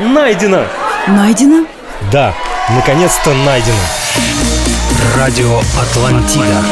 Найдено! Найдено? Да, наконец-то найдено. Радио Атлантида.